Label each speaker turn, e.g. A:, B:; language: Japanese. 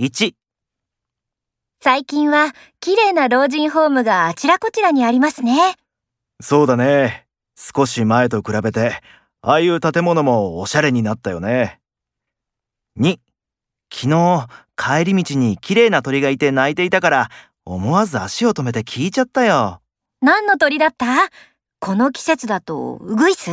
A: 1、
B: 最近は綺麗な老人ホームがあちらこちらにありますね。
C: そうだね。少し前と比べて、ああいう建物もおしゃれになったよね。
A: 2、
C: 昨日、帰り道に綺麗な鳥がいて鳴いていたから、思わず足を止めて聞いちゃったよ。
B: 何の鳥だったこの季節だとウグイス